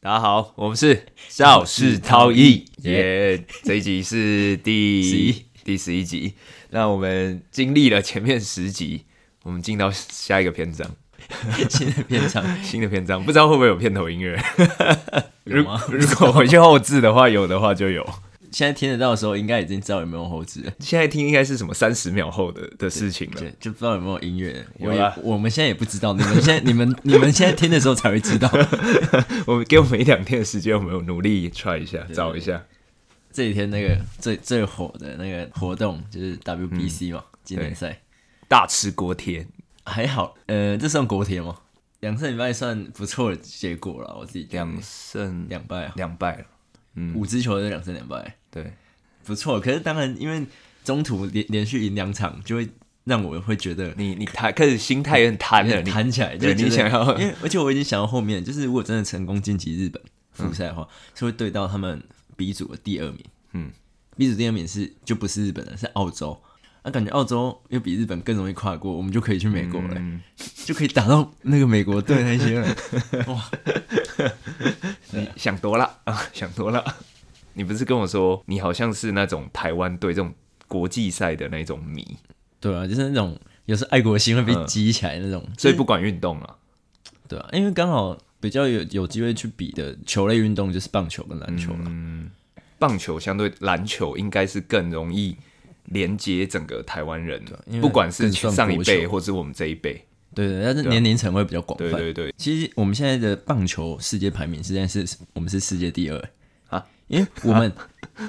大家好，我们 是肇事逃逸，耶、这一集是第十一第十一集。那我们经历了前面十集，我们进到下一个篇章，新的片场 新的篇章，不知道会不会有片头音乐？有如吗？ 如果回去后置的话，有的话就有。现在听得到的时候，应该已经知道有没有猴子了，现在听应该是什么三十秒后的的事情了对，。就不知道有没有音乐。有我也啦我们现在也不知道，你们现在 你们你们现在听的时候才会 知道。我们给我们一两天的时间，我们有努力 try 一下，找一下。这几天那个最最火的那个活动就是 WBC 嘛，经典赛大吃锅贴，还好，呃，这算国铁吗？两胜礼拜算不错的结果了，我自己觉得两胜两败啊，两败了。五支球队两胜两败，对，不错。可是当然，因为中途连连续赢两场，就会让我会觉得你你谈开始心态有点贪了，你弹起来，就对觉得你想要因为而且我已经想到后面，就是如果真的成功晋级日本复赛的话，是会对到他们 B 组的第二名。嗯，B 组第二名是就不是日本了，是澳洲。那、感觉澳洲又比日本更容易跨过，我们就可以去美国了、嗯就可以打到那个美国队那 些了。你想多了啊， 想多了。你不是跟我说，你好像是那种台湾队这种国际赛的那种迷，对啊，就是那种有时候爱国心会被嗯激起来那种。所以不管运动了。对啊，因为刚好比较有有机会去比的球类运动就是棒球跟篮球了。嗯棒球相对篮球应该是更容易连接整个台湾人因为，不管是更算上一国辈球或是我们这一辈。对对，但是年龄层会比较广泛。啊对对对，其实我们现在的棒球世界排名实在是我们是世界第二啊，因为我 们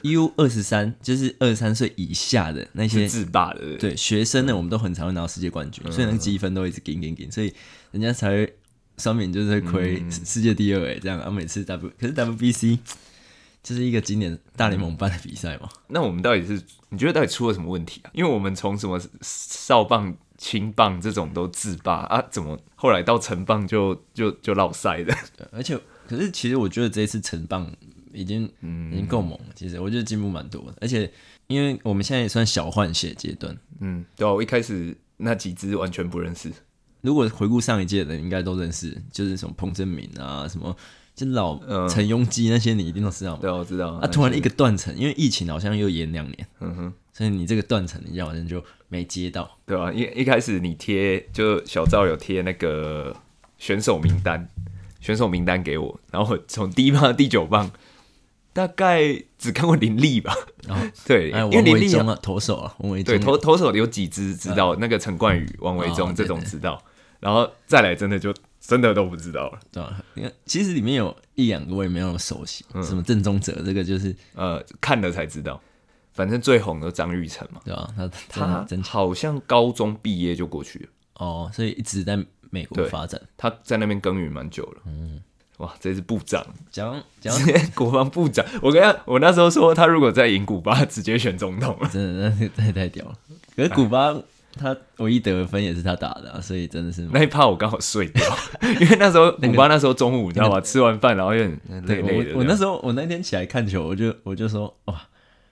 U 二十三就是二十三岁以下的那些是自嗯霸的。对学生呢，我们都很常会拿到世界冠军，所以那个积分都一直给给给，所以人家才会上面就是会嗯亏世界第二哎，这样啊，每次 W 可是 WBC 就是一个经典大联盟办的比赛嘛，那我们到底是你觉得到底出了什么问题啊？因为我们从什么少棒、青棒这种都自霸啊，怎么后来到成棒就就就落赛的？对，而且可是其实我觉得这一次成棒已经嗯已经够猛了，其实我觉得进步蛮多的，而且因为我们现在也算小换血阶段，嗯，对啊，我一开始那几支完全不认识。如果回顾上一届的，应该都认识，就是什么彭正明啊，什么就老嗯陈庸基那些，你一定都知道嘛。对啊，我知道啊啊，突然一个断层，因为疫情好像又延两年，嗯哼，所以你这个断层，人家好像就没接到。对啊，一一开始你贴就小赵有贴那个选手名单，选手名单给我，然后我从第一棒到第九棒，大概只看过林立吧。然后， 对，哎，因王为林维立忠啊，投手啊，王维忠对，投投手有几支知道，那个陈冠宇、王维哦忠这对种对知道，然后再来真的就真的都不知道了。对吧？你看，其实里面有一两个我也没有熟悉，嗯什么郑宗哲这个就是呃，看了才知道。反正最红的张玉成嘛，对吧？他他他真好像高中毕业就过去了，哦，所以一直在美国对发展。他在那边耕耘蛮久了。嗯，哇，这是部长， 讲讲直接国防部长。我跟他，我那时候说，他如果在赢古巴，直接选总统了。 真的，那太太屌了。可是古巴他唯一得分也是他打的、啊，所以真的是那一趴我刚好睡掉， 因为那时候古巴那时候中午，你知道吗？吃完饭然后有点累累的这我样。我那时候我那天起来看球，我就我就说哇，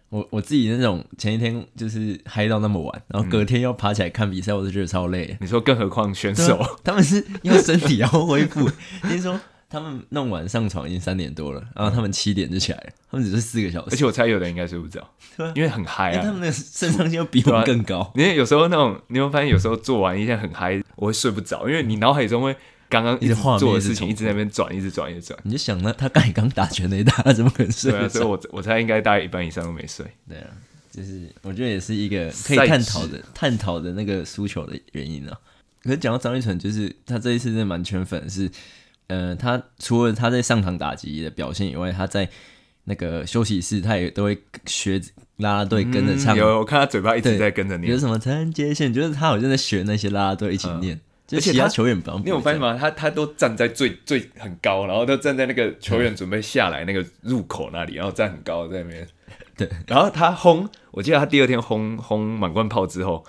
我我自己那种前一天就是嗨到那么晚，然后隔天要爬起来看比赛，我就觉得超累的。你说，更何况选对啊手，他们是要身体要恢复，听说他们弄完上床已经三点多了，然后他们七点就起来了，他们只是四个小 而时，且我猜有的应该睡不着对啊，因为很嗨因为他啊。们的肾上腺又比我们更高。因为有时候那种，你会发现有时候做完一件很嗨，我会睡不着，因为你脑海中会刚刚一一直直画面做的一直事情重一直在那边转，一直转，一直转。你就想那他刚才刚打全垒打，他怎么可能睡对得啊，所以着？我我猜应该大概一半以上都没睡。对啊，就是我觉得也是一个可赛以制探讨的探讨的那个输球的原因啊。可是讲到张玉成，就是他这一次真的蛮圈粉的是，呃，他除了他在上场打击的表现以外，他在那个休息室他也都会学啦啦队跟着唱，嗯有我看他嘴巴一直对在跟着比如念。嗯什么陈杰宪，就是他好像在学那些啦啦队一起念，就而且其他他球员不用。你有发现吗？他他都站在最最很高，然后都站在那个球员准备下来那个入口那里，然后站很高在那边。对，然后他轰，我记得他第二天轰轰满贯炮之后，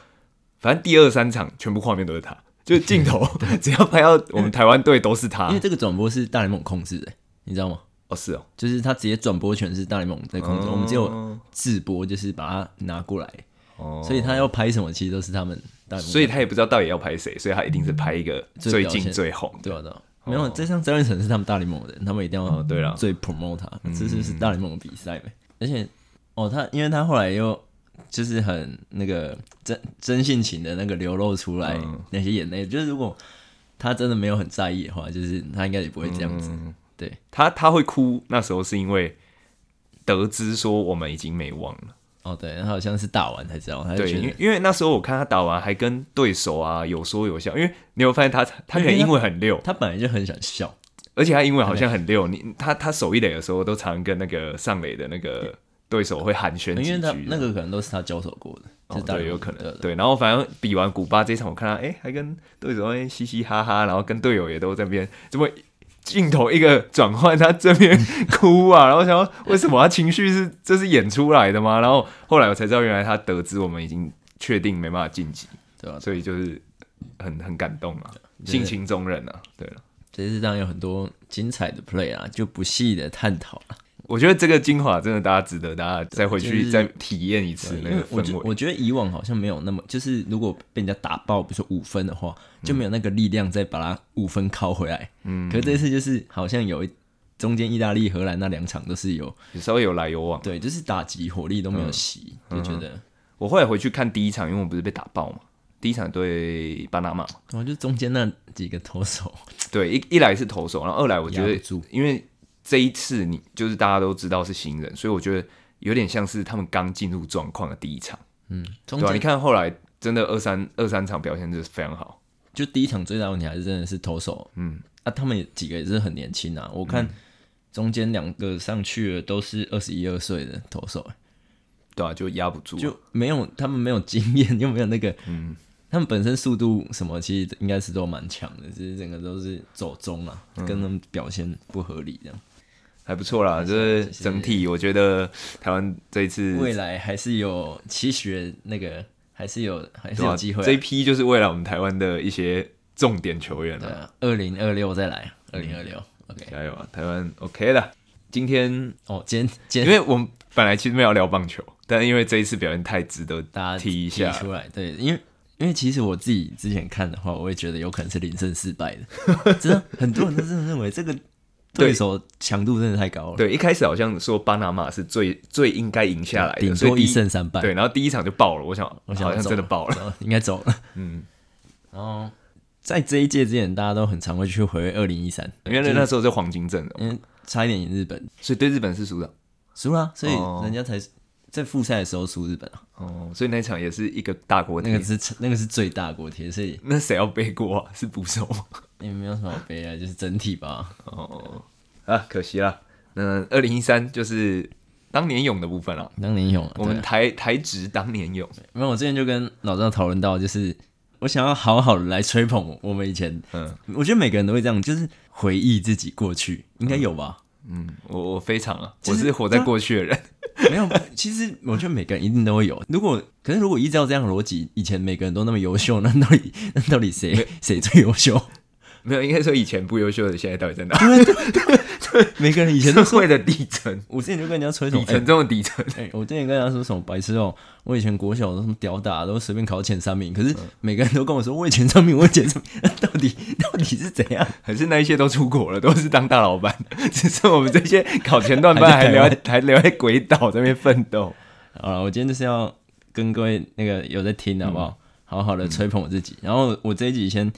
反正第二三场全部画面都是他，就是镜 头只要拍到我们台湾队都是他因为。这个转播是大联盟控制的，你知道吗？哦，是哦，就是他直接转播权是大联盟在控制，哦我们只有自播，就是把它拿过来，哦，所以他要拍什么其实都是他们大联盟，所以他也不知道到底要拍谁，所以他一定是拍一个最最表现近最红。对吧、对吧、没有，这项张玉成是他们大联盟的人，他们一定要哦哦对啦嗯最 promote 他，这是是大联盟的比赛呗。而且哦，他因为他后来又就是很那个真真性情的那个流露出来嗯那些眼泪，就是如果他真的没有很在意的话，就是他应该也不会这样子。嗯对，他他会哭，那时候是因为得知说我们已经没望了。哦对，他好像是打完才知道，他就对，觉因得为因为那时候我看他打完还跟对手啊有说有笑，因为你有发现他他可能英文很溜，他本来就很想笑，而且他英文好像很溜。你他他手一垒的时候都常跟那个上垒的那个对手会寒暄几句因为这样。他那个可能都是他交手过的，就啊哦是，大对，联有盟可能的对然后反正比完古巴这一场，我看他哎、还跟队友在那边嘻嘻哈哈，然后跟队友也都在那边这么镜头一个转换，他这边 哭啊，然后想说为什么他情绪是这是演出来的吗？然后后来我才知道，原来他得知我们已经确定没办法晋级，对吧、所以就是很很感动啊，对性情中人啊，对了。这次当然有很多精彩的 play 啊，就不细的探讨了。我觉得这个精华真的，大家值得大家再回就去是再体验一次因那为个我觉氛围。我觉得以往好像没有那么，就是如果被人家打爆，比如说五分的话，就没有那个力量再把它五分拷回来。嗯，可是这次就是好像有一中间意大利、荷兰那两场都是有，稍微有来有往。对，就是打击火力都没有熄，就觉得我后来回去看第一场，因为我们不是被打爆嘛，第一场对巴拿马嘛，然后哦就中间那几个投手，对，一一来是投手，然后二来我觉压不得住，因为这一次你就是大家都知道是新人，所以我觉得有点像是他们刚进入状况的第一场，嗯，中对吧、你间看后来真的二三二三场表现就是非常好，就第一场最大问题还是真的是投手，嗯，啊，他们也几个也是很年轻啊，我看中间两个上去的都是二十一二岁的投手，对吧、就压不住，啊就没有他们没有经验， 又没有那个，嗯他们本身速度什么，其实应该是都蛮强的，只是整个都是走中啊，嗯跟他们表现不合理这样。还不错啦，就是就是整体我觉得台湾这一次未来还是有期许，那个还是有还是对吧有机会这一啊、批就是未来我们台湾的一些重点球员对了、啊，二零二六再来，二零二六，OK。加油啊，台湾 OK 的，今 天哦，今天今因天为我们本来其实没有要聊棒球，但因为这一次表现太值得大家提一下了，出来，对，因为。因为其实我自己之前看的话，我会觉得有可能是零胜四败的， 真的很多人都这么认为，这个对手强度真的太高了。对，一开始好像说巴拿马是最最应该赢下来的，顶所以多第一胜三败。对，然后第一场就爆了，我想我想好像走真的 爆了，走应该走 了。嗯，然后在这一届之前，大家都很常会去回味二零一三，因为那时候是黄金阵容，因为差一点赢日本所以对日本是输的输了啊，所以哦人家才在复赛的时候输日本啊，哦，所以那一场也是一个大国那那个个是那个是最大锅贴，所以那谁要背锅啊？是捕手也没有什么好悲哀，就是整体吧。哦啊，可惜啦。那二零一三就是当年勇的部分啦，当年勇啊，我对们啊台台职当年勇，没有，我之前就跟老赵讨论到，就是我想要好好的来吹捧我们以前，嗯我觉得每个人都会这样，就是回忆自己过去，应该有吧？嗯，我我非常啊，就我是是活在对啊过去的人，没有，其实我觉得每个人一定都会有。如果可是如果依照这样的逻辑，以前每个人都那么优秀，那到底 那到底谁谁最优秀？没有，应该说以前不优秀的，现在到底在哪？ 每个人以前社都说，会的底层，我之前就跟人家吹什底么，哎、层中的底层。哎我之前跟人家说什么白痴哦、我以前国小都什么屌打，都随便考前三名，可是每个人都跟我说我以前三名，我以前三名， 那到底到底是怎样？还是那一些都出国了，都是当大老板， 只剩我们这些考前段班还还在台留湾在还留在鬼岛这边奋斗。好了，我今天就是要跟各位那个有在听的好嗯不好？好好的吹捧我自己。然后我这一集先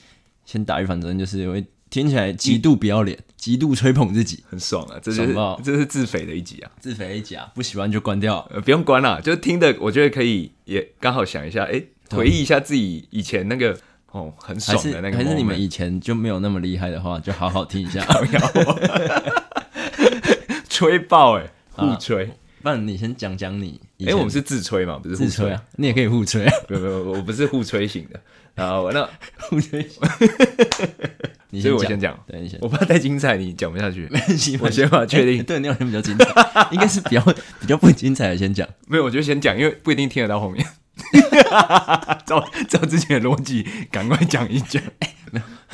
先打预防针，就是我会听起来极度不要脸，极度吹捧自己，很爽啊！这就是爽爆这是自肥的一集啊！自肥一甲，不喜欢就关掉。呃，不用关啦，就听的，我觉得可以也刚好想一下，哎、回忆一下自己以前那个哦很还爽是的那个 moment。还是你们以前就没有那么厉害的话，就好好听一下。 吹爆哎、互啊吹不然你先讲讲你以哎、前。我们是自吹嘛，不是互自吹啊，你也可以互吹啊，没有没有，我不是互吹型 的。好，那互吹。你所以先我先讲对你先。我怕太精彩，你讲不下去。先我先把它确定哎对，你好像比较精彩，应该是比较比较不精彩的先讲。没有，我就先讲，因为不一定听得到后 面。照照之前的逻辑，赶快讲一 讲。哎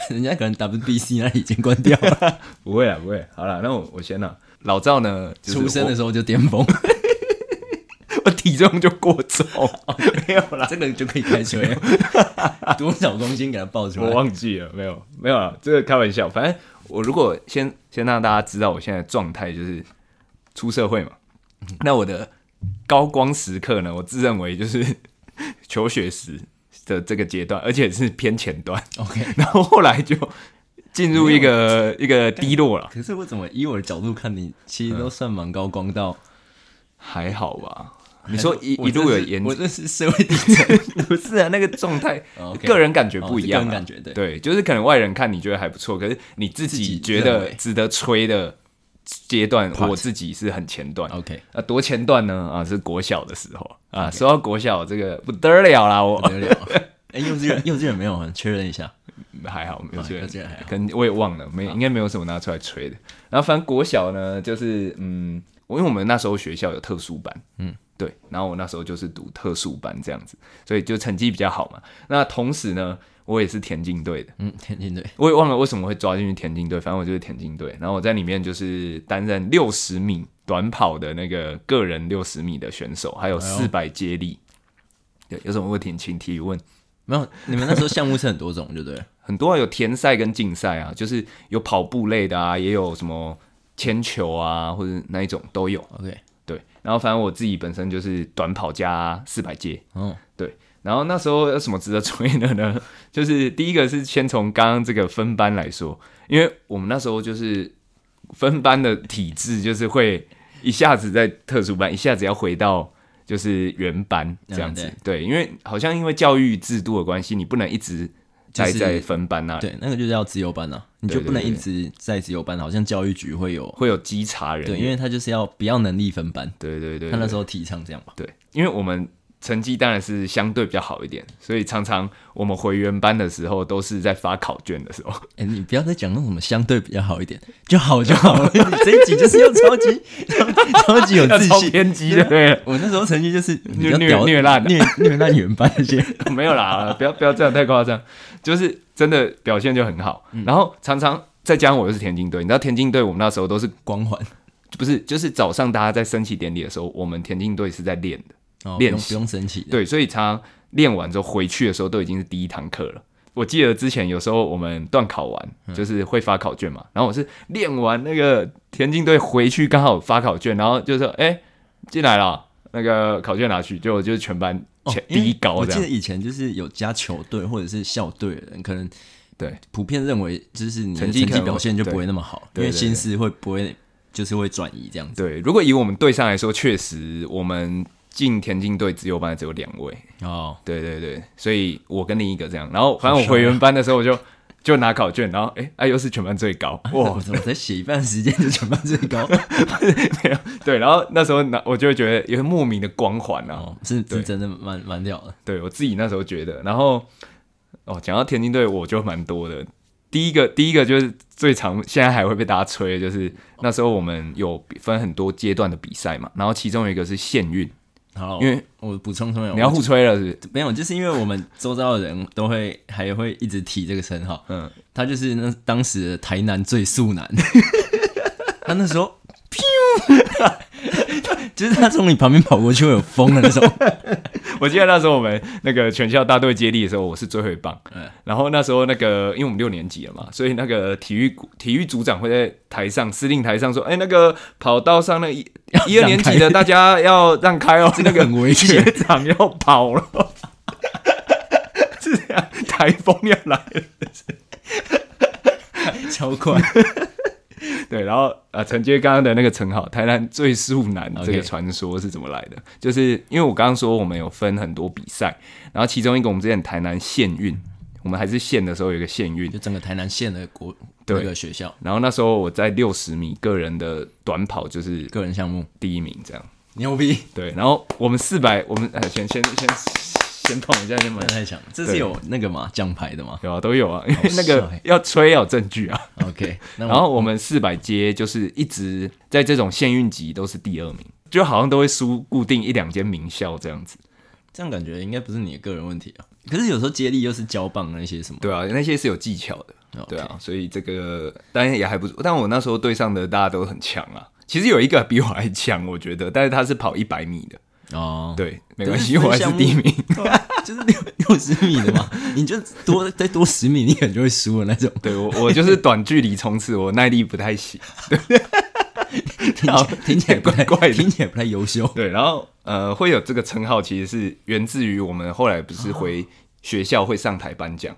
人家可能 WBC 那里已经关掉了，不会啊，不 会。好了，那我我先了。老赵呢？就是 出生的时候就巅峰，我体重就过重，没有啦，这个就可以开 吹，多少公斤给它爆出我来？忘记了，没有没有啦，这个开玩笑。反正我如果先先让大家知道我现在的状态就是出社会嘛，那我的高光时刻呢，我自认为就是 求学时的这个阶段，而且是偏前端， OK， 然后后来就进入一个一个低落了，可是我怎么以我的角度看你，其实都算蛮高光到。还好吧？嗯你说一我一这路有是延我这是社会底层，不是啊，那个状 态哦，OK 个人感觉不一样哦啊、是个人感觉对就是可能外人看你觉得还不错，可是你自自己己觉认得为值得吹的阶段， Part 我自己是很前段。 OK 啊，多前段呢？啊，是国小的时候啊。说到国小，这个不得了啦，不我得了。哎，幼稚园幼稚园没有啊，确认一下。 还好，没有觉哦得，这个还好可能我也忘了，没应该没有什么拿出来吹的。然后反正国小呢，就是嗯，我因为我们那时候学校有特殊班，嗯，对，然后我那时候就是读特殊班这样子，所以就成绩比较好嘛。那同时呢，我也是田径队的，嗯，天津队我也忘了为什么会抓进去田径队，反正我就是田径队。然后我在里面就是担任六十米短跑的那个个人六十米的选手，还有四百接力。对，有什么问题请提问。没有，你们那时候项目是很多种，就对了。很多、啊、有田赛跟竞赛啊，就是有跑步类的啊，也有什么铅球啊，或者那一种都有。 OK，对，然后反正我自己本身就是短跑加四百接，哦，对。然后那时候有什么值得吹的呢？ 就是第一个是先从刚刚这个分班来说，因为我们那时候就是分班的体制，就是会一下子在特殊班，一下子要回到就是原班这样子。嗯对，因为好像因为教育制度的关系，你不能一直待就是在分班啊那里。对，那个就叫自由班啊，你就对对不能对一直在自由班，好像教育局会有。会有稽查人对，员因为他就是要不要能力分班，对对对，他那对时候提倡这样吧。对，因为我们成绩当然是相对比较好一点，所以常常我们回原班的时候都是在发考卷的时候，哎、你不要再讲那种什么相对比较好一点，就好就好了。你这一集就是要超级 超超级 有自超信。偏激的，对，我那时候成绩就是比虐较屌虐烂啊虐虐烂原班那些。 没有啦，不要不要这样太夸张，就是真的表现就很好，嗯然后常常再加上我又是田径队，你知道田径队我们那时候都是光环，不是就是早上大家在升旗典礼的时候，我们田径队是在练的。哦，不练用习不用生气的。对，所以常常练完之后回去的时候都已经是第一堂课了。我记得之前有时候我们段考完，嗯就是会发考卷嘛，然后我是练完那个田径队回去刚好发考卷，然后就说：“哎、进来了，那个考卷拿去。”就我就是全班哦前、因为第一高我这记得样。以前就是有加球队或者是校队的人，可能对普遍认为就是你的成成绩绩可能表现就对不会那么好，因对为对心思会不会就是会转移这样子。对，如果以我们队上来说，确实我们进田径队自由班只有两位，哦，对对对，所以我跟另一个这样。然后反正我回原班的时候，我就就拿考卷，然后哎，啊又是全班最高，哇我，怎么才写一半时间就全班最高？没有 对，然后那时候拿我就会觉得有个莫名的光环啊，哦，是对是真的蛮蛮屌的。对我自己那时候觉得，然后哦，讲到田径队，我就蛮多的。第一个，第一个就是最常现在还会被大家吹，的就是那时候我们有分很多阶段的比赛嘛，然后其中有一个是县运，好，因为我补充说明，你要我互吹了是不是？没有，就是因为我们周遭的人都会还会一直提这个称号，嗯，他就是那当时的台南最速男， 他那时候，噗， 就是他从你旁边跑过去会有风的那 种， 我记得那时候我们那个全校大队接力的时候，我是最后一棒。嗯然后那时候那个，因为我们六年级了嘛，所以那个体育股体育组长会在台上司令台上说：“哎、那个跑道上那 一一二让年级开的大家要让开 哦，那个很危学险长要跑了。” 是这样，台风要来了。超快。对，然后呃，承接刚刚的那个称号，台南最速男 OK 这个传说是怎么来的就是因为我刚刚说我们有分很多比赛，然后其中一个我们之前台南县运，我们还是县的时候有一个县运就，整个台南县的国对那个学校然后那时候我在六十米个人的短跑就是个人项目，第一名这样。牛逼，对，然后我们四百，我们呃先先先先碰一下，先碰那一下，太强，这是有那个嘛奖牌的嘛有啊都有啊，因为那个哎好帅要吹要有证据啊。 ？OK，那 然后我嗯们四百接就是一直在这种县运级都是第二名，就好像都会输固定一两间名校这样子。这样感觉应该不是你的个人问题啊。可是有时候接力又是交棒那些什么，对啊，那些是有技巧的。 OK 对啊，所以这个当然也还不错。但我那时候对上的大家都很强啊。其实有一个比我还强，我觉得，但是他是跑一百米的，哦，对，没可关系，分我还是项目第一名。， 对啊就是六 六十米的嘛，你就多再多十米，你可能就会输的 那种。 对我，我就是短距离冲刺，我耐力不太行。听起听起来不太怪怪的听起来不太优秀。 对，然后呃，会有这个称号，其实是源自于我们后来不是回学校会上台颁奖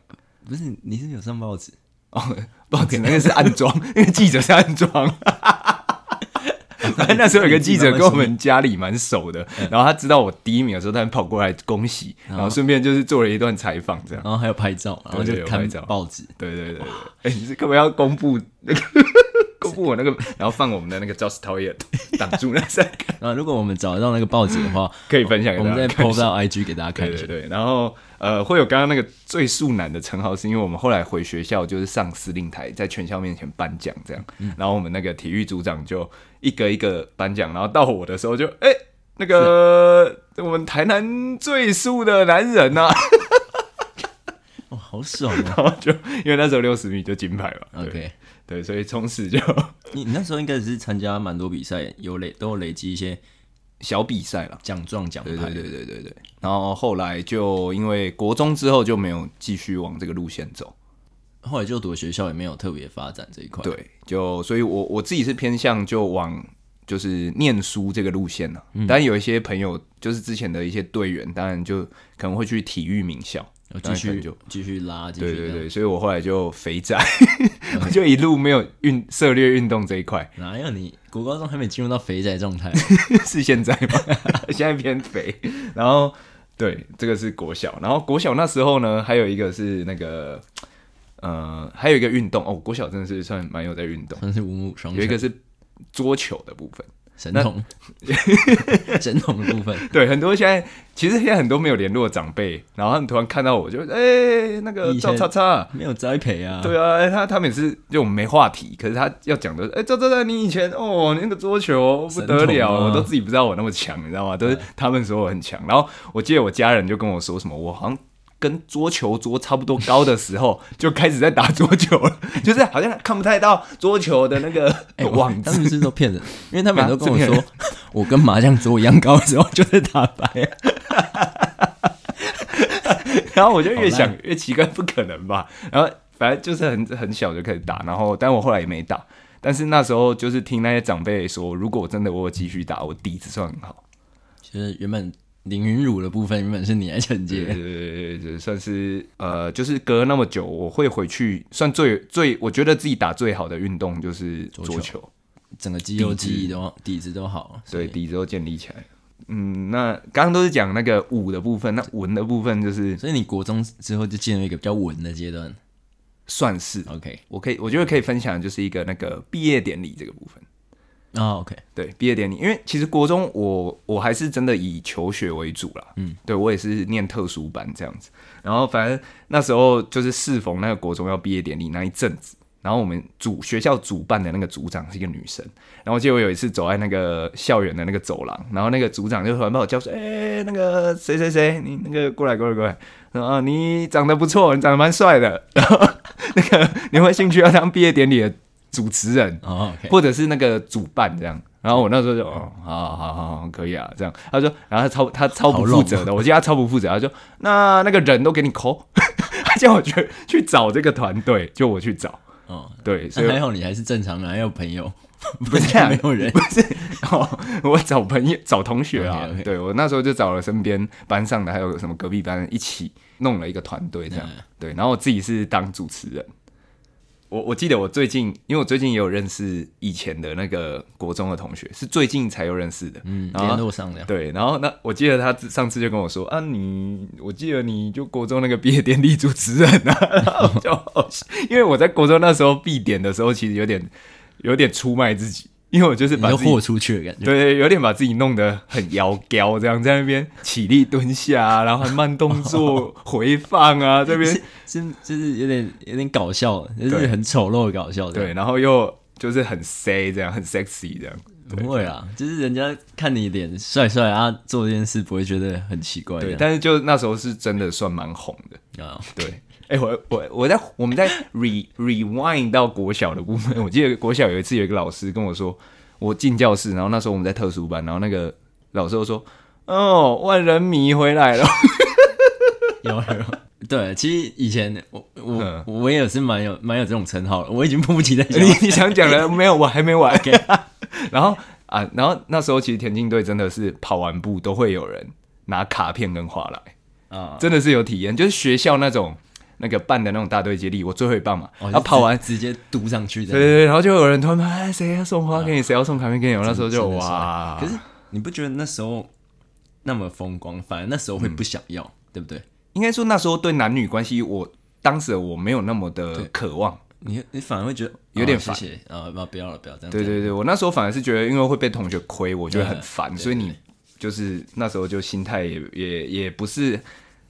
不是，你是不是有上报纸？哦，报纸那个是暗装， 那个记者是暗装。 反正那时候有个记者跟我们家里蛮熟的，嗯然后他知道我第一名的时候，他跑过来恭喜，然后顺便就是做了一段采访，这样。然后还有拍照，然后对就有看拍照报纸。对对对对，哎、你是干嘛要公布 那个公布我那个，然后放我们的那个 Josh t o y e t 挡住那三个，然后如果我们找得到那个报纸的话，可以分享给我大家们 再看一 PO 下到 IG 给大家看对一下对。对，然后呃，会有刚刚那个最速男的称号，是因为我们后来回学校就是上司令台，在全校面前颁奖这样，然后我们那个体育组长就一个一个颁奖，然后到我的时候就哎、那个我们台南最速的男人呐、哇，好爽哦。 然后就因为那时候六十米就金牌嘛 对 OK，对，所以从此就你你那时候应该是参加蛮多比赛，有累都有累积一些小比赛了。奖状奖牌。对对对对对对。然后后来就因为国中之后就没有继续往这个路线走，后来就读的学校也没有特别发展这一块。，对，就所以我我自己是偏向就往就是念书这个路线了、嗯当然有一些朋友就是之前的一些队员，当然就可能会去体育名校，当哦继然可能续就。继续拉进对去。对对，所以我后来就肥宅， 我就一路没有运涉猎运动这一块， 哪有你国高中还没进入到肥宅状态？啊是现在吗？ 现在偏肥。然后对，这个是国小，然后国小那时候呢，还有一个是那个呃，还有一个运动哦，国小真的是算蛮有在运动，算是文武双有一全，个是桌球的部分。神童， 神童的部分。 对，很多现在其实现在很多没有联络的长辈，然后他们突然看到我就哎、那个以赵前叉叉，没有栽培啊。对啊，哎他他每次就我们没话题，可是他要讲的是，哎、赵叉叉，你以前哦那个桌球不得神了，童啊我都自己不知道我那么强，你知道吗？都是他们说我很强，然后我记得我家人就跟我说什么，我好像。跟桌球桌差不多高的时候， 就开始在打桌球了，就是好像看不太到桌球的那个哎，网他们子。是都骗人，因为他们啊都跟我是骗说， 我跟麻将桌一样高的时候就是打牌 啊。然后我就越好想越奇怪，不可能吧？然后反正就是很很小就开始打，然后但我后来也没打。但是那时候就是听那些长辈说，如果我真的我有继续打，我底子算很好，其实原本凌云乳的部分原本是你来承对对接，对对对，算是呃，就是隔那么久，我会回去算最最，我觉得自己打最好的运动就是桌球，桌整个肌肉记忆都底子都好了。对，底子都建立起来了。嗯，那刚刚都是讲那个武的部分，那文的部分就是所以你国中之后就进入一个比较稳的阶段。算是 OK，我可以，我觉得可以分享，就是一个那个毕业典礼这个部分。哦啊 OK，对，毕业典礼，因为其实国中我我还是真的以求学为主啦，嗯，对我也是念特殊班这样子，然后反正那时候就是适逢那个国中要毕业典礼那一阵子，然后我们主学校主办的那个组长是一个女生，然后我记得我有一次走在那个校园的那个走廊，然后那个组长就突然把我叫说，哎、那个谁谁谁，你那个过来过来过来，然后啊你长得不错，你长得蛮帅的，然后那个你有没有兴趣要当毕业典礼的主持人？哦 OK， 或者是那个主办这样。然后我那时候就哦，好好好好，可以啊，这样。他说，然后他超他超不负责的，我记得他超不负责。他说，那那个人都给你抠， 他叫我去去找这个团队，就我去找。哦，对，所以那还好你还是正常人，啊还有朋友，不是然啊 没有人不是 哦，我找朋友找同学啊 OK，OK 对我那时候就找了身边班上的，还有什么隔壁班一起弄了一个团队这样。嗯对，然后我自己是当主持人。我我记得我最近，因为我最近也有认识以前的那个国中的同学，是最近才有认识的。嗯，然后联络上了。对，然后那我记得他上次就跟我说啊，你我记得你就国中那个毕业典礼主持人啊， 然后我就好笑因为我在国中那时候必点的时候，其实有点有点出卖自己，因为我就是你把就自己豁出去的感觉，对，有点把自己弄得很摇高，这样在那边起立蹲下啊，然后还慢动作回放 啊，这边是是就是有点有点搞笑，就是对很丑陋的搞笑。对，，然后又就是很 say 这样，很 sexy 这样。不会啦，就是人家看你脸帅帅啊，做这件事不会觉得很奇怪对，的。但是就那时候是真的算蛮红的。啊，对，哎、我我我在我们在 re rewind 到国小的部分，我 记得国小有一次有一个老师跟我说，我进教室，然后那时候我们在特殊班，然后那个老师就说，哦，万人迷回来了， 有 有。对，其实以前我我嗯我也是蛮有蛮有这种称号的，我已经迫不及待 想你你想讲的没有？我还没完。 然后啊，然后那时候其实田径队真的是跑完步都会有人拿卡片跟花来，啊，真的是有体验，就是学校那种那个办的那种大队接力，我最会办嘛，哦然后跑完就。直直接嘟上去对对的，对，然后就有人突然哎，谁要送花给你，谁要送卡片给你？我那时候就啊真的是哇，啊可是你不觉得那时候那么风光，反而那时候嗯会不想要，对不对？应该说那时候对男女关系，我当时我没有那么的渴望。你你反而会觉得有点哦谢烦谢啊，不要不要了，不要这样。对对对，我那时候反而是觉得，因为会被同学亏，我觉得很烦，所以你就是那时候就心态也也也不是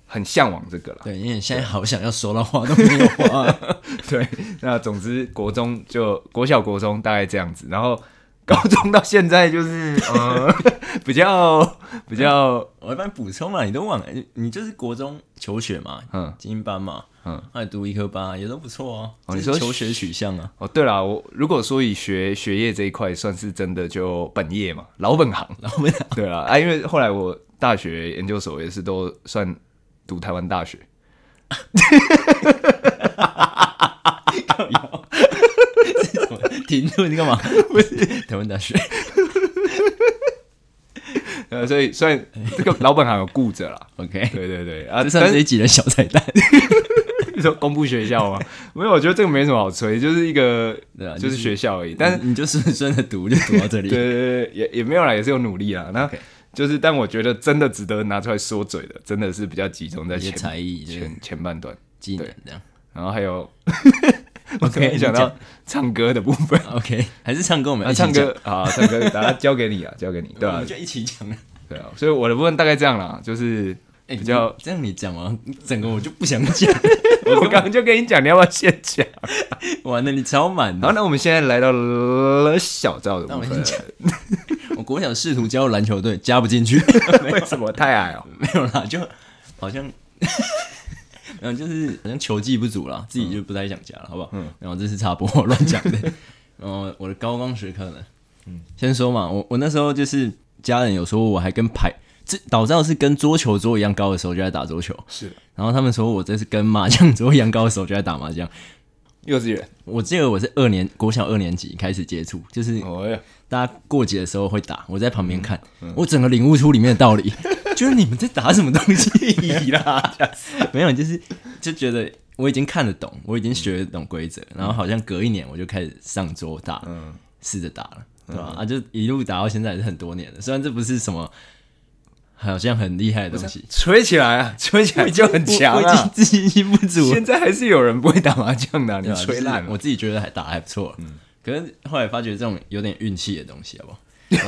很向往这个啦。对，因为你现在好想要收到花都没有花， 对，那总之国中就国小国中大概这样子，然后高中到现在就是呃 比较比较我一般补充啦，你都忘了，你你就是国中求学嘛，嗯精英班嘛，嗯，还读一科班也都不错哦。哦你这是说求学取向 啊？哦，对啦，我如果说以学学业这一块算是真的就本业嘛，老本行。然后我 对啦，啊，因为后来我大学研究所也是都算读台湾大学， 停顿你干嘛？ 不是台湾大学，呃，所以虽然这个老本行有顾着 啦， OK，对对对啊，这算但是一集的小彩蛋，你说公布学校 吗？没有，我觉得这个没什么好吹，就是一个对啊就是学校而已，但是你你就顺顺的读，就读到这 里。对对对，也也没有啦，也是有努力啦。那 OK 就是，但我觉得真的值得拿出来说嘴的，真的是比较集中在一些前才艺、这个前前半段，技能这样。 然后还有我刚你刚讲到讲唱歌的部分， OK，还是唱歌我们啊，一起唱讲，歌啊，唱歌，大家交给你 啊，交给你，对我啊们，就一起讲。对啊，所以我的部分大概这样啦，就是哎比较你这样你讲完，整个我就不想 讲，我刚刚就跟你讲，你要不要先 讲？完了你超满的好，。那我们现在来到了小赵的那部我分先，讲， 我国小试图加入篮球队，加不进去， 为什么太矮哦？没有啦，就好像， 没有，就是好像球技不足啦，自己就不太想加了，好不好？然后这是插播， 乱讲的。然后我的高光时刻呢，先说嘛，我我那时候就是家人有说我还跟排，这早知道是跟桌球桌一样高的时候就在打桌球， 是的，然后他们说我这是跟麻将桌一样高的时候就在打麻将。幼稚园，我记得我是二年国小二年级开始接触，就是哦呀，大家过节的时候会打，我在旁边看，嗯我整个领悟出里面的 道理，就是你们在打什么东西啦？没有，就是就觉得我已经看得懂，我已经学得懂规则，然后好像隔一年我就开始上桌打，嗯试着打了，对吧？啊，就一路打到现在也是很多年了，虽然这不是什么好像很厉害的东西，吹起来啊，吹起来就很强我我已经啊！自信心不足了现在还是有人不会打麻将的啊，你对啊吹烂就是了，嗯我自己觉得还打得还不错。可是后来发觉这种有点运气的东西，好不好？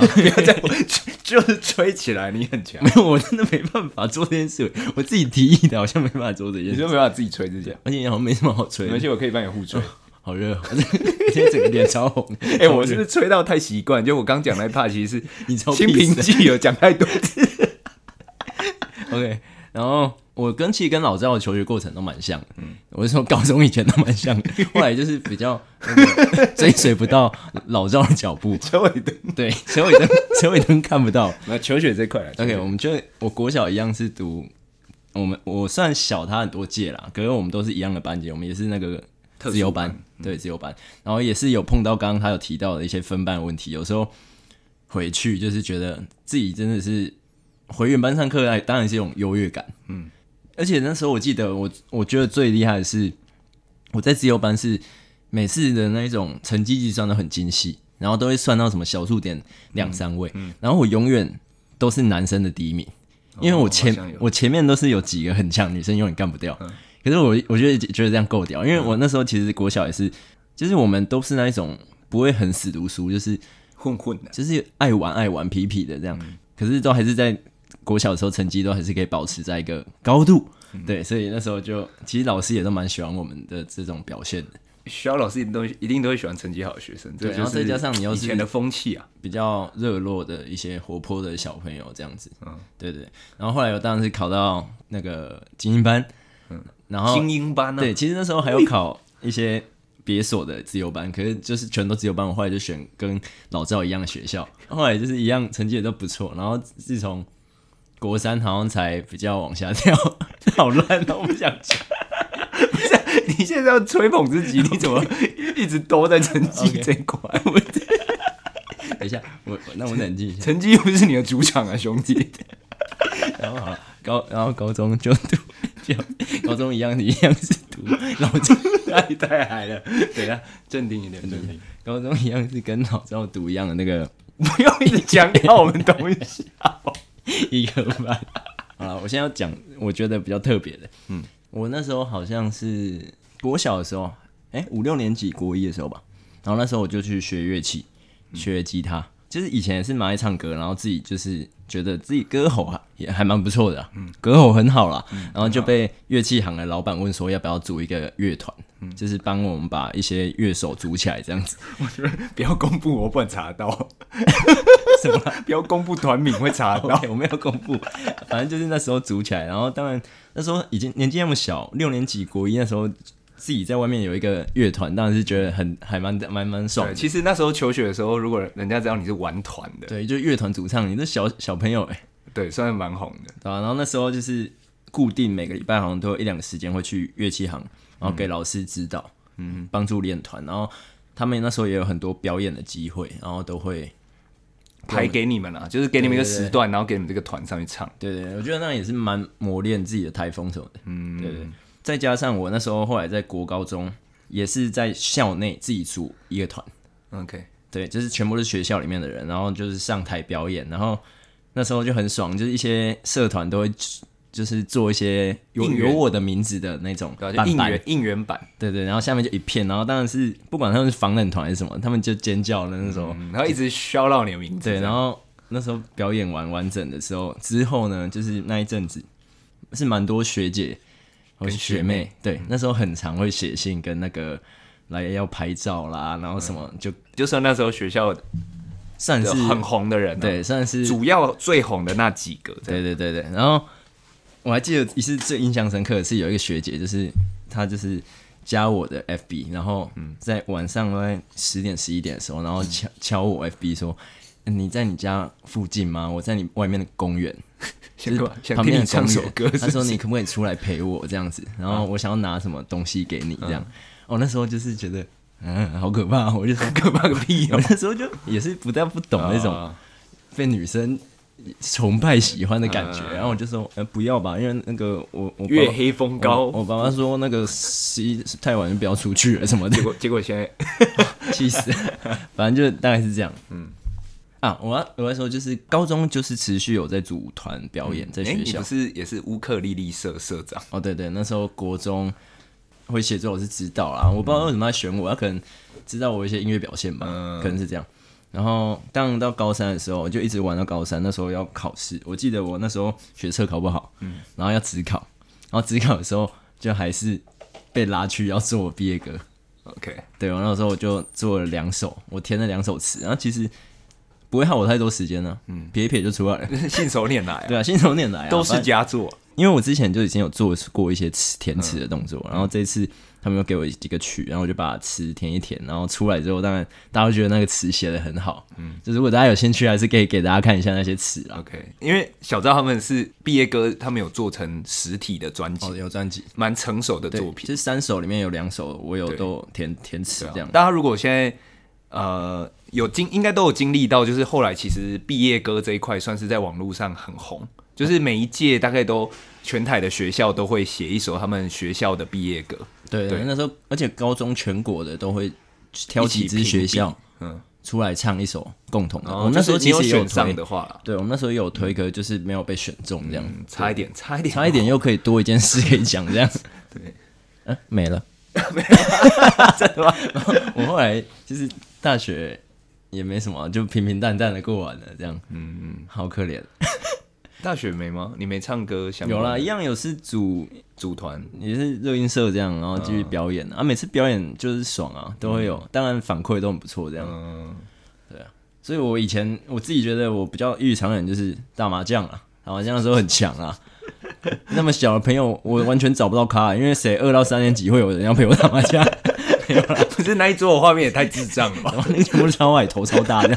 不要再， 就是吹起来，你很强 没，有，我真的没办法做这件事，我自己提议的，好像没办法做这件你事，就没办法自己吹自己啊。而且好像没什么好吹没的关，系，我可以帮你互吹。好热哦， 现在整个脸超红。 哎、我是不是吹到太习惯？就我刚讲那一 part，其 实你超是心平屁事气有讲太多 次。 OK，然后我跟其实跟老赵的求学过程都蛮像的，嗯我是说高中以前都蛮像的， 后来就是比较那个追随不到老赵的脚步，车尾灯，对，陈伟登，陈伟登看不到， 那求学这块来 OK，我们就我国小一样是读，我们我算小他很多届啦，可是我们都是一样的班级，我们也是那个特殊自由班，嗯对自由班，然后也是有碰到刚刚他有提到的一些分班问题，有时候回去就是觉得自己真的是回原班上课来，当然是一种优越感，嗯，而且那时候我记得我我觉得最厉害的是我在自由班是每次的那一种成绩计算都很精细，然后都会算到什么小数点两三位，嗯然后我永远都是男生的第一名，因为我前、哦好像有嗯我前面都是有几个很强的女生，永远干不掉。可是我我觉得觉得这样够屌，因为我那时候其实国小也是，就是我们都是那一种不会很死读书，就是混混的，就是爱玩爱玩皮皮的这样，嗯可是都还是在国小的时候成绩都还是可以保持在一个高度。嗯对，所以那时候就其实老师也都蛮喜欢我们的这种表现的。学校老师一定都一定都会喜欢成绩好的学生，这对就是然后再加上你又以是前的风气啊，比较热络的一些活泼的小朋友这样子。嗯，对对。然后后来我当然是考到那个精英班，嗯，然后精英班啊，对，，其实那时候还有考一些别所的自由班，可是就是全都自由班，我后来就选跟老赵一样的学校，后来就是一样成绩也都不错。然后自从国三好像才比较往下掉， 好烂哦，我不想讲。 你现在要吹捧自己，你怎 么一直都在成绩 OK 这一 块？等一下，我我那我冷静一下。成绩又不是你的主场啊，兄 弟。然后好了，高然后高中就读，就高中一样一样是读老赵，太太嗨了，等一下啊镇定一点，镇定。高中一样是跟老赵读一样的那个不用一直强调我们东西。一个班。好了，我现在要讲，我觉得比较特别的。嗯，我那时候好像是国小的时候，哎、五六年级国一的时候吧。然后那时候我就去学乐器，学吉他。就是以前也是蛮爱唱歌，然后自己就是觉得自己歌喉还也还蛮不错的啊、歌喉嗯很好啦。然后就被乐器行的老板问说要不要组一个乐团，就是帮我们把一些乐手组起来这样子。我觉得不要公布，我不能查到。什么？ 不要公布团名会查 到。哦 OK，我们要公布，反正就是那时候组起来，然后当然那时候已经年纪那么小，六年级国一那时候自己在外面有一个乐团，当然是觉得很还蛮蛮蛮爽对，的。其实那时候求学的时候，如果人家知道你是玩团的，对，就乐团主唱，你这小小朋友哎、对，算是蛮红的。对啊，然后那时候就是固定每个礼拜好像都有一两个时间会去乐器行，然后给老师指导，嗯，帮助练团，然后他们那时候也有很多表演的机会，然后都会排给你们啊，就是给你们一个时段，然后给你们这个团上去唱。对对，我觉得那也是蛮磨练自己的台风什么的。嗯，对对。再加上我那时候后来在国高中也是在校内自己组一个团， OK，对，就是全部都是学校里面的人，然后就是上台表演，然后那时候就很爽，就是一些社团都会就是做一些有应援有我的名字的那种对啊，就半应板援应援版，对对，然后下面就一片，然后当然是不管他们是防冷团还是什么，他们就尖叫的那种。嗯，然后一直 shout out 你的名字。对，然后后那时候表演完完整的时候之后呢，就是那一阵子是蛮多学姐和学妹，对，那时候很常会写信跟那个来要拍照啦，然后什么、就就算那时候学校算是的很红的人、啊，，对，算是主要最红的那几个，这样对对对对，然后我还记得一次最印象深刻的是有一个学姐，就是她就是加我的 FB，然后嗯在晚上大概十点十一点的时候，然后敲敲我 FB 说哎你在你家附近吗？我在你外面的公园，想干嘛就是想旁听边你的公唱首园歌，他是不说是你可不可以出来陪我这样子？然后我想要拿什么东西给你这嗯样。哦，那时候就是觉得嗯，好可怕，我 就说可怕个屁我哦， 那时候就也是不但不懂那种啊被女生崇拜喜欢的感觉，然后我就说，呃，不要吧，因为那个我我爸月啊黑风高，我我爸妈说那个十一太晚就不要出去了什么 的结，果结果现在气死，反正就大概是这样，嗯。啊，我要我要说，就是高中就是持续有在组团表演，在嗯诶学你校不。是也是乌克丽丽社社长？哦，对对，那时候国中会写作，我是知道啦，我不知道为什么他选我，他可能知道我一些音乐表现吧，嗯可能是这样。然后，当然到高三的时候，我就一直玩到高三。那时候要考试，我记得我那时候学测考不好，嗯然后要只考，然后只考的时候就还是被拉去要做我毕业歌。 OK， 对，我那时候我就做了两首，我填了两首词，然后其实不会耗我太多时间呢、嗯，撇一撇就出来了。信手拈来啊、对啊，信手拈来啊，都反是正佳作。因为我之前就已经有做过一些词填词的动作，嗯然后这一次他们又给我几个曲，然后我就把词填一填，然后出来之后，当然大家都觉得那个词写的很好，嗯，就如果大家有兴趣，还是可以给大家看一下那些啊词啦。 OK，因为小赵他们是毕业歌，他们有做成实体的专辑，哦，有专辑蛮成熟的对作品。这三首里面有两首我有对都有填填词对啊这样。大家如果现在呃有经，应该都有经历到，就是后来其实毕业歌这一块算是在网络上很红，就是每一届大概都全台的学校都会写一首他们学校的毕业歌，对对那时候而且高中全国的都会挑一起几支评学比校嗯，出来唱一首共同的。然我后哦们那时候哦就是你其有实也选推上，的话啦，对我们那时候也有推歌，就是没有被选中这样。嗯，差一点，差一点，差 一点又可以多一件事可以讲， 这样对，嗯、没了，没了，真的吗？ 我后来就是大学也没什么，就平平淡淡的过完了，这样，嗯嗯，好可怜。大学没吗？你没唱歌相关有的？啦，一样有是组组团 也是热音社这样，然后继续表演啊，每次表演就是爽啊，都会有，当然反馈都很不错，这样，嗯对啊，所以我以前我自己觉得我比较异于常人，就是打麻将啊，打麻将的时候很强啊。 那么小的朋友，我完全找不到咖，因为谁二到三年级会有人要陪我打麻将？不是那一桌的画面也太智障了吧？然后那个 全部都超矮，头超大的。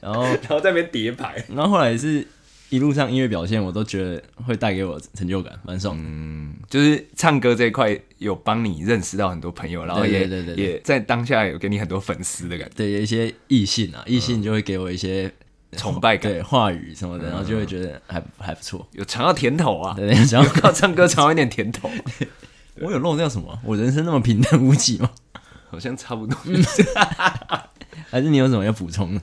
然后， 然后在那边叠牌，然后后来是一路上音乐表现，我都觉得会带给我成就感，蛮爽的。嗯就是唱歌这一块有帮你认识到很多朋友，然后也对对对对也在当下有给你很多粉丝的感觉，对，有一些异性啊，异性就会给我一些嗯崇拜感，嗯对话语什么的，然后就会觉得还还不错。有尝到甜头啊，对，然后靠唱歌尝到一点甜头，啊我有漏掉什么？我人生那么平淡无奇吗？ 好像差不多。还是你有什么要补充的？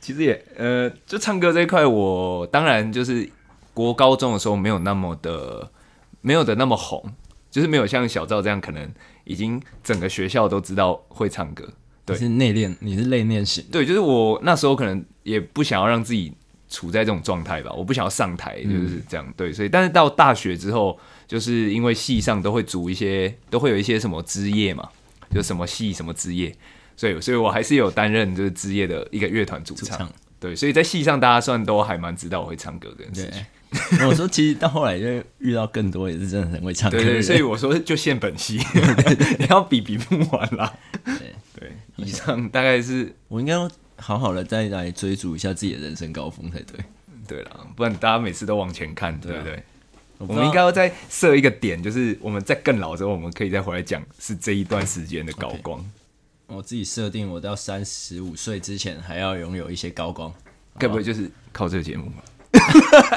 其实也呃，就唱歌这一块，我当然就是国高中的时候没有那么的没有的那么红，就是没有像小赵这样，可能已经整个学校都知道会唱歌。对你是内敛，你是内敛型，对，就是我那时候可能也不想要让自己处在这种状态吧，我不想要上台，就是这样。对，所以但是到大学之后，就是因为系上都会组一些，都会有一些什么枝叶嘛，就什么系什么枝叶，所以所以我还是有担任就是枝叶的一个乐团主主唱唱。。对，所以在戏上大家算都还蛮知道我会唱歌这件事情。对， 我说其实到后来就遇到更多也是真的很会唱歌对的 对，人，所以我说就现本 戏，你要比比不完啦。对，以上大概是我应该要好好的再来追逐一下自己的人生高峰才对。对啦，不然大家每次都往前看，对啊不对？我不我知道们应该要再设一个点，就是我们在更老之后，我们可以再回来讲是这一段时间的高光。我自己设定，我到三十五岁之前还要拥有一些高光，该不会就是靠这个节目吧？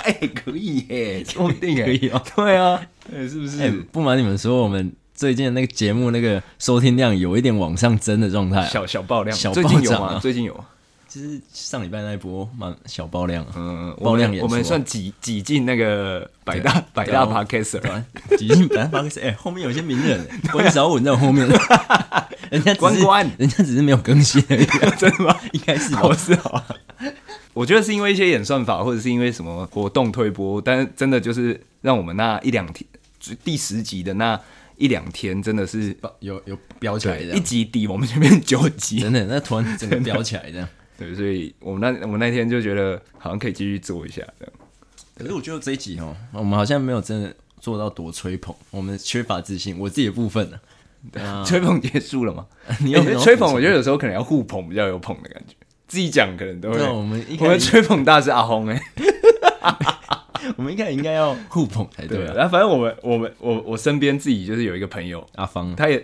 哎、可以耶，说不定耶可以哦。 对 啊， 哎是不是？哎、不瞒你们说，我们最近的那个节目那个收听量有一点往上增的状态啊、小小爆量，小最近暴有涨吗？啊最近有吗。就是上礼拜那一波蛮小爆量啊，嗯，爆我量们演我们出啊算挤挤进那个百大 百对啊大 podcaster，对 吧？已经本来发 现，哎、后面有些名 人，关少文在我后面，人家只是关关人家只是没有更新而已、啊 真的 吗？应该是吧我是 好。我觉得是因为一些演算法，或者是因为什么活动推播，但是真的就是让我们那一两天，就第十集的那一两天，真的是有有飙起来对这一样，集抵我们前面九集，真的，那突然整个飙起来啊这样。对，所以我们那我们那天就觉得好像可以继续做一下这样。可是我觉得这一集哦，我们好像没有真的做到多吹捧，我们缺乏自信，我自己的部分啊呢、吹捧结束了吗？ 你有欸没有吹捧？我觉得有时候可能要互捧比较有捧的感觉，自己讲可能都会。对啊我们一开始我们吹捧大是阿轰哎、我们应该应该要互捧才对对啊，啊。然后反正我们我们我我身边自己就是有一个朋友，阿芳，他也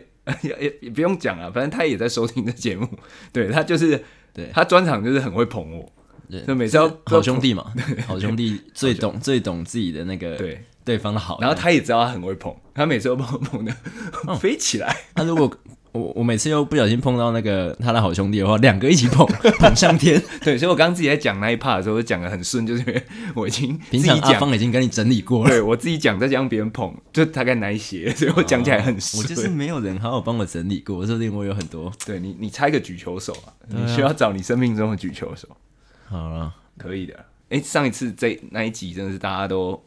也也也不用讲啊，反正他也在收听这节目。对他就是，对他专场就是很会捧我，对就每次要好兄，弟嘛，好兄弟最懂最懂自己的那个对对方的好。然后他也知道他很会捧，他每次都帮我捧的哦 飞起来。他如果我我每次又不小心碰到那个他的好兄弟的话，两个一起捧捧上天。 对，所以我刚刚自己在讲那一 part 的时候，我讲的很顺，就是因为我已经自平己常阿讲，芳已经跟你整理过了，对我自己讲再加上别人捧，就大概哪一些，所以我讲起来很哦我顺。就是没有人好好帮我整理过，说不定我有很多。对你，你猜个举球手啊，你需要找你生命中的举球手。好了，可以的。哎、上一次这那一集真的是大家都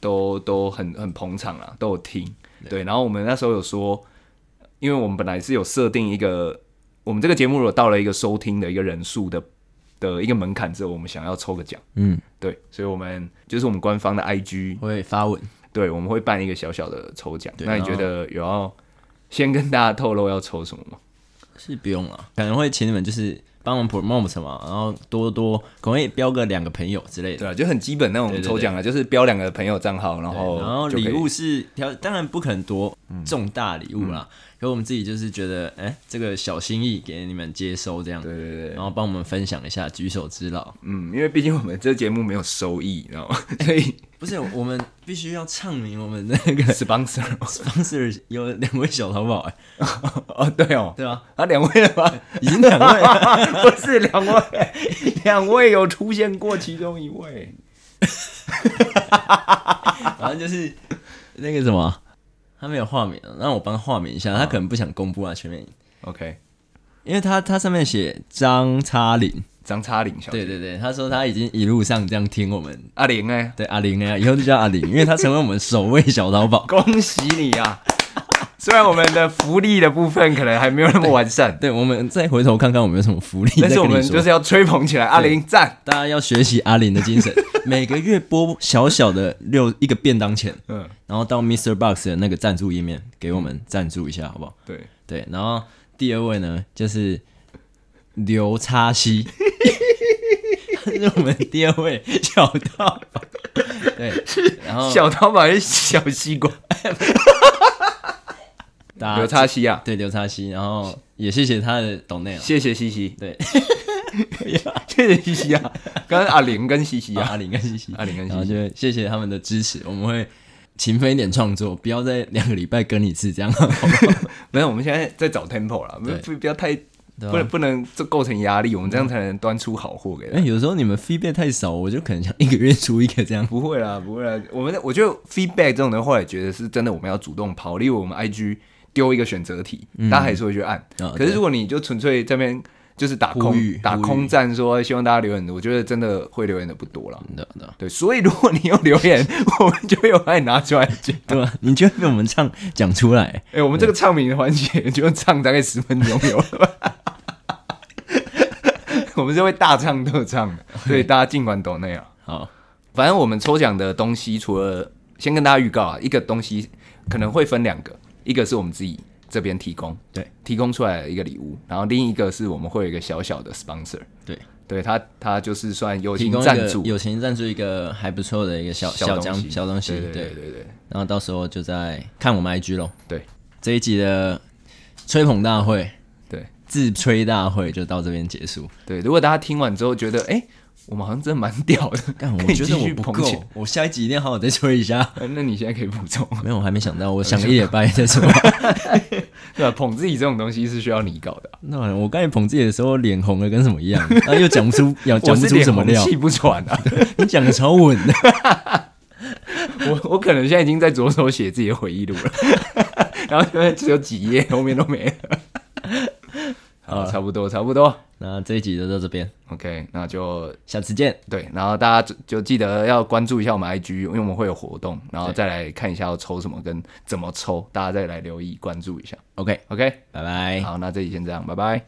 都都很很捧场啦，都有听。对，然后我们那时候有说，因为我们本来是有设定一个，我们这个节目如果到了一个收听的一个人数的的一个门槛之后，我们想要抽个奖。嗯，对，所以我们就是我们官方的 IG，会发文。对，我们会办一个小小的抽奖。对那你觉得有要先跟大家透露要抽什么吗？是不用了，可能会请你们就是帮忙 promote 嘛，然后多多可能会标个两个朋友之类的。对啊，就很基本那种对对抽奖啊，就是标两个朋友账号，然对后然后就可以礼物是挑，当然不可能多重大礼物嗯啦，可我们自己就是觉得，哎、这个小心意给你们接收这样，对对对，然后帮我们分享一下，举手之劳。嗯，因为毕竟我们这节目没有收益，你知 道吗？所以不是，我们必须要唱明我们那个 sponsor 嘛 sponsor 有两位小淘宝、哎，哦，对哦，对啊，啊，两位了吧？已经两位了， 不是两位，两位有出现过其中一位，反正就是那个什么，他没有化名，让我帮他化名一下，他可能不想公布啊全面。 OK，因为他他上面写张叉玲，张叉玲小姐，对对对，他说他已经一路上这样听我们，阿玲呢？对阿玲啊，以后就叫阿玲，因为他成为我们首位小淘 宝。恭喜你啊！ 虽然我们的福利的部分可能还没有那么完善，对，我们再回头看看我们有什么福利，但是我们再跟你说就是要吹捧起来，阿玲赞，大家要学习阿玲的精 神，每个月拨小小的六一个便当钱，嗯，然后到 Mr. Box 的那个赞助页面给我们赞助一下，好不好？对，对，然后第二位呢就是 刘叉西，他是我们第二位小淘宝。对，然后小汤马是小西瓜，大刘家叉西啊，对刘叉西，然后也谢谢他的懂内啊，谢谢西 西，对，谢谢西西啊，刚刚阿玲跟西西啊，阿林跟西西，阿玲跟然后西西，就谢谢他们的支持，我们会勤奋一点创作，不要再两个礼拜更一次这样，好不 好没有，我们现在在找 tempo 啦，不对不不要太对啊不能不能这构成压力，我们这样才能端出好货给他。那哎有时候你们 feedback 太少，我就可能想一个月出一个这 样。 不会啦，不会啦，我们我觉得 feedback 这种的话，也觉得是真的，我们要主动抛。例如我们 IG 丢一个选择题，嗯大家还是会去按。啊可是如果你就纯粹这边就是打呼空吁打呼吁空战说哎希望大家留言，我觉得真的会留言的不多了。对对对，所以如果你有留言， 我们就有爱拿出来讲。对啊，你就会被我们唱讲出来，哎、我们这个唱名的环节就唱大概十分钟有了吧。 我们是会大唱特唱的，所以大家尽管啊懂那样。好，反正我们抽奖的东西，除了先跟大家预告啊，一个东西可能会分两个，一个是我们自己这边提供，对提供出来的一个礼物，然后另一个是我们会有一个小小的 sponsor，对，对他他就是算友提情供一赞个助友情赞助一个还不错的一个小小东奖西，小东西，对对对，对对然后到时候就在看我们 IG 咯。对这一集的吹捧大会、对自吹大会就到这边结 束。对，如果大家听完之后觉得，哎、我们好像真的蛮屌的，但可我以觉得继我续不捧够起，我下一集一定要好好再吹一下。呃那你现在可以补充， 没有，我还没想到，我想了一 礼拜再说。对吧？捧自己这种东西是需要你搞的啊、那我刚才捧自己的时候脸红的跟什么一 样，然后又讲不出，讲我讲不是出脸什么红料。气不喘啊！ 你讲的超稳的， 我我可能现在已经在着手写自己的回忆录了， 然后现在只有几页，后面都没了。啊好，差不多，差不多。那这一集就到这边， OK，那就下次见，对，然后大家就就记得要关注一下我们 IG，因为我们会有活动，然后再来看一下要抽什么跟怎么抽，大家再来留意关注一下。 ，OK， OK，拜拜。好，那这里先这样，拜拜。